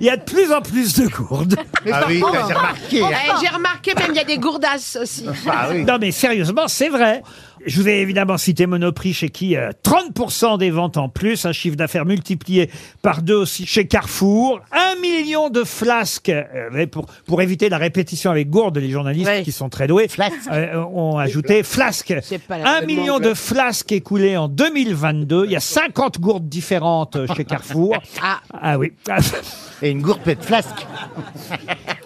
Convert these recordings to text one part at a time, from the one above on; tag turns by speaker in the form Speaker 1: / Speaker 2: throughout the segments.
Speaker 1: Il y a de plus en plus de gourdes.
Speaker 2: Ah oui,
Speaker 3: ça, j'ai
Speaker 2: remarqué. Ah
Speaker 3: Eh, J'ai remarqué même, il y a des gourdasses aussi.
Speaker 1: Non mais sérieusement, c'est vrai. Je vous ai évidemment cité Monoprix chez qui euh, 30% des ventes en plus, un chiffre d'affaires multiplié par deux aussi chez Carrefour, un million de flasques euh, mais pour pour éviter la répétition avec gourde, les journalistes
Speaker 3: Ouais.
Speaker 1: qui sont très doués euh, ont ajouté flasques.
Speaker 3: C'est pas la
Speaker 1: Un
Speaker 3: bonne
Speaker 1: million de flasques écoulées en 2022. Il y a 50 gourdes différentes euh, chez Carrefour.
Speaker 3: Ah.
Speaker 1: Ah oui.
Speaker 2: Et une gourde peut de flasque.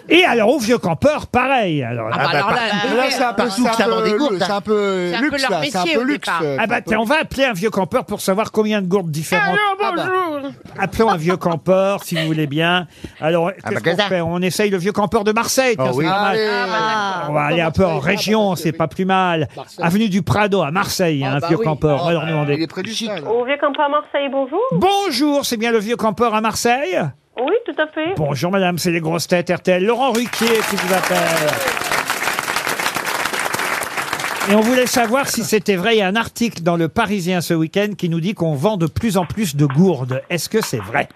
Speaker 1: Et alors au vieux campeur, pareil. Alors,
Speaker 3: Ah bah alors là,
Speaker 2: par-
Speaker 3: euh,
Speaker 4: Là, c'est un peu,
Speaker 2: Par
Speaker 4: c'est un
Speaker 2: contre, ça vend
Speaker 4: peu,
Speaker 2: des gourdes,
Speaker 4: c'est un peu
Speaker 3: hein.
Speaker 4: euh,
Speaker 3: C'est un peu
Speaker 4: luxe,
Speaker 3: leur
Speaker 4: là. C'est un
Speaker 3: métier, au
Speaker 4: peu luxe.
Speaker 3: départ.
Speaker 4: euh,
Speaker 1: Ah bah
Speaker 4: c'est un peu-
Speaker 1: tiens, on va appeler un vieux campeur pour savoir combien de gourdes différentes. Ah bah, Appelons un vieux campeur si vous voulez bien. Alors qu'est-ce
Speaker 2: bah,
Speaker 1: qu'on
Speaker 2: gaza.
Speaker 1: fait On essaye le vieux campeur de Marseille. tiens,
Speaker 2: Oh oui.
Speaker 1: c'est
Speaker 3: Ah,
Speaker 1: pas mal.
Speaker 4: Ah Allez. Ah bah,
Speaker 1: on va aller un peu en région, c'est pas plus mal. Avenue du Prado à Marseille, hein, un vieux campeur. On
Speaker 4: Ah,
Speaker 1: va leur demander.
Speaker 4: Il est près du sol.
Speaker 5: Au vieux camp à Marseille, bonjour.
Speaker 1: Bonjour, c'est bien le vieux campeur à Marseille
Speaker 5: Oui, tout à fait.
Speaker 1: Bonjour madame, c'est les grosses têtes RTL. Laurent Ruquier qui vous appelle. Et on voulait savoir si c'était vrai. Il y a un article dans Le Parisien ce week-end qui nous dit qu'on vend de plus en plus de gourdes. Est-ce que c'est vrai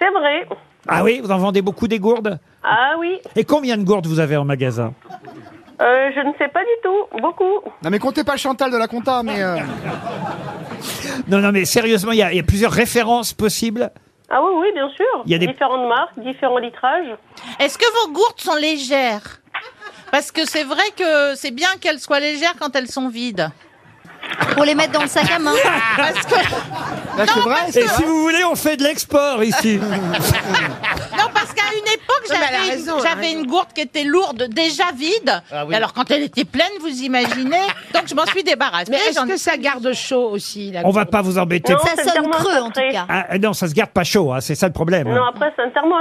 Speaker 5: C'est vrai.
Speaker 1: Ah oui, vous en vendez beaucoup des gourdes
Speaker 5: Ah oui,
Speaker 1: Et combien de gourdes vous avez en magasin
Speaker 5: Euh, je ne sais pas du tout. Beaucoup.
Speaker 4: Non, mais comptez pas Chantal de la compta, mais. euh,
Speaker 1: Non, non, mais sérieusement, il y, a, il y a plusieurs références possibles.
Speaker 5: Ah oui, oui, bien sûr.
Speaker 1: Il y a des-
Speaker 5: Différentes marques, différents litrages.
Speaker 6: Est-ce que vos gourdes sont légères Parce que c'est vrai que c'est bien qu'elles soient légères quand elles sont vides.
Speaker 7: Pour les mettre dans le sac à main.
Speaker 6: Parce que...
Speaker 4: Là, c'est vrai, c'est
Speaker 1: Et si vous voulez, on fait de l'export ici.
Speaker 6: Non, parce qu'à une époque,
Speaker 3: Non, mais elle a
Speaker 6: j'avais
Speaker 3: raison,
Speaker 6: une,
Speaker 3: elle a
Speaker 6: j'avais
Speaker 3: raison.
Speaker 6: une gourde qui était lourde, déjà vide.
Speaker 2: Ah oui.
Speaker 6: Et Alors, quand elle était pleine, vous imaginez. Donc, je m'en suis débarrassée.
Speaker 3: Mais est-ce
Speaker 6: J'en-
Speaker 3: que ça garde chaud aussi la
Speaker 1: on va pas vous embêter.
Speaker 5: Non,
Speaker 7: Ça
Speaker 5: c'est
Speaker 7: sonne
Speaker 5: thermos
Speaker 7: creux en
Speaker 5: après.
Speaker 7: tout cas.
Speaker 1: Ah, non, ça se garde pas chaud, hein, c'est ça le problème.
Speaker 5: Non, après, c'est un thermos.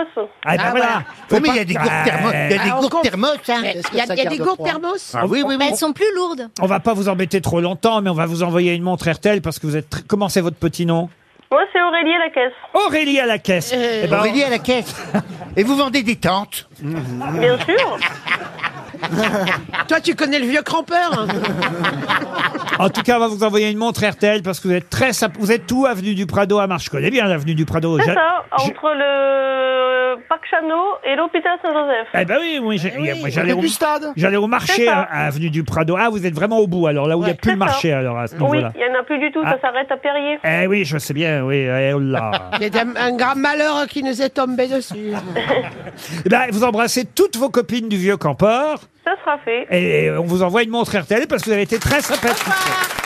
Speaker 1: Ah, ben
Speaker 6: Ah,
Speaker 1: voilà.
Speaker 2: Oui, mais il y a des gourdes thermos. Il y a
Speaker 3: Ah,
Speaker 2: des
Speaker 3: on
Speaker 2: gourdes
Speaker 3: compte.
Speaker 2: thermos, hein.
Speaker 3: gourde
Speaker 4: Est-ce que
Speaker 3: Il y a,
Speaker 4: ça
Speaker 3: il y a
Speaker 4: garde
Speaker 3: des gourdes
Speaker 4: froid
Speaker 3: thermos
Speaker 2: Ah oui, oui,
Speaker 7: Mais
Speaker 2: oui.
Speaker 7: elles sont plus lourdes.
Speaker 1: On va pas vous embêter trop longtemps, mais on va vous envoyer une montre RTL parce que vous êtes. tr- Comment c'est votre petit nom
Speaker 5: Moi, c'est Aurélie à la caisse.
Speaker 1: Aurélie à la caisse. Eh ben,
Speaker 2: Aurélie à la caisse. Et vous vendez des tentes.
Speaker 5: Bien
Speaker 1: Ah.
Speaker 5: sûr.
Speaker 3: Ah. Toi, tu connais le vieux crampeur hein
Speaker 1: En tout cas, on va vous envoyer une montre RTL parce que vous êtes très. sympa. Vous êtes tout avenue du Prado à Marche. Je connais bien l'avenue du Prado.
Speaker 5: C'est
Speaker 1: J'a-
Speaker 5: ça,
Speaker 1: je-
Speaker 5: entre le parc Chanot et l'hôpital Saint-Joseph.
Speaker 1: Eh ben oui, oui, j'ai-
Speaker 3: oui,
Speaker 1: moi, j'allais
Speaker 4: Près
Speaker 1: au,
Speaker 4: du stade.
Speaker 1: j'allais au marché
Speaker 5: C'est ça.
Speaker 1: à, à avenue du Prado. Ah, vous êtes vraiment au bout alors là où il n'y a
Speaker 5: Ouais,
Speaker 1: plus le
Speaker 5: c'est
Speaker 1: marché alors à ce
Speaker 5: Oui,
Speaker 1: niveau-là.
Speaker 5: il n'y en a plus du tout,
Speaker 1: Ah.
Speaker 5: ça s'arrête à Perrier.
Speaker 1: Eh oui, je sais bien. Oui, eh, oh là.
Speaker 3: C'est un, un grand malheur qui nous est tombé dessus.
Speaker 1: Eh ben, vous embrassez toutes vos copines du vieux campeur
Speaker 5: Ça sera fait.
Speaker 1: et on vous envoie une montre RTL parce que vous avez été très sympathique.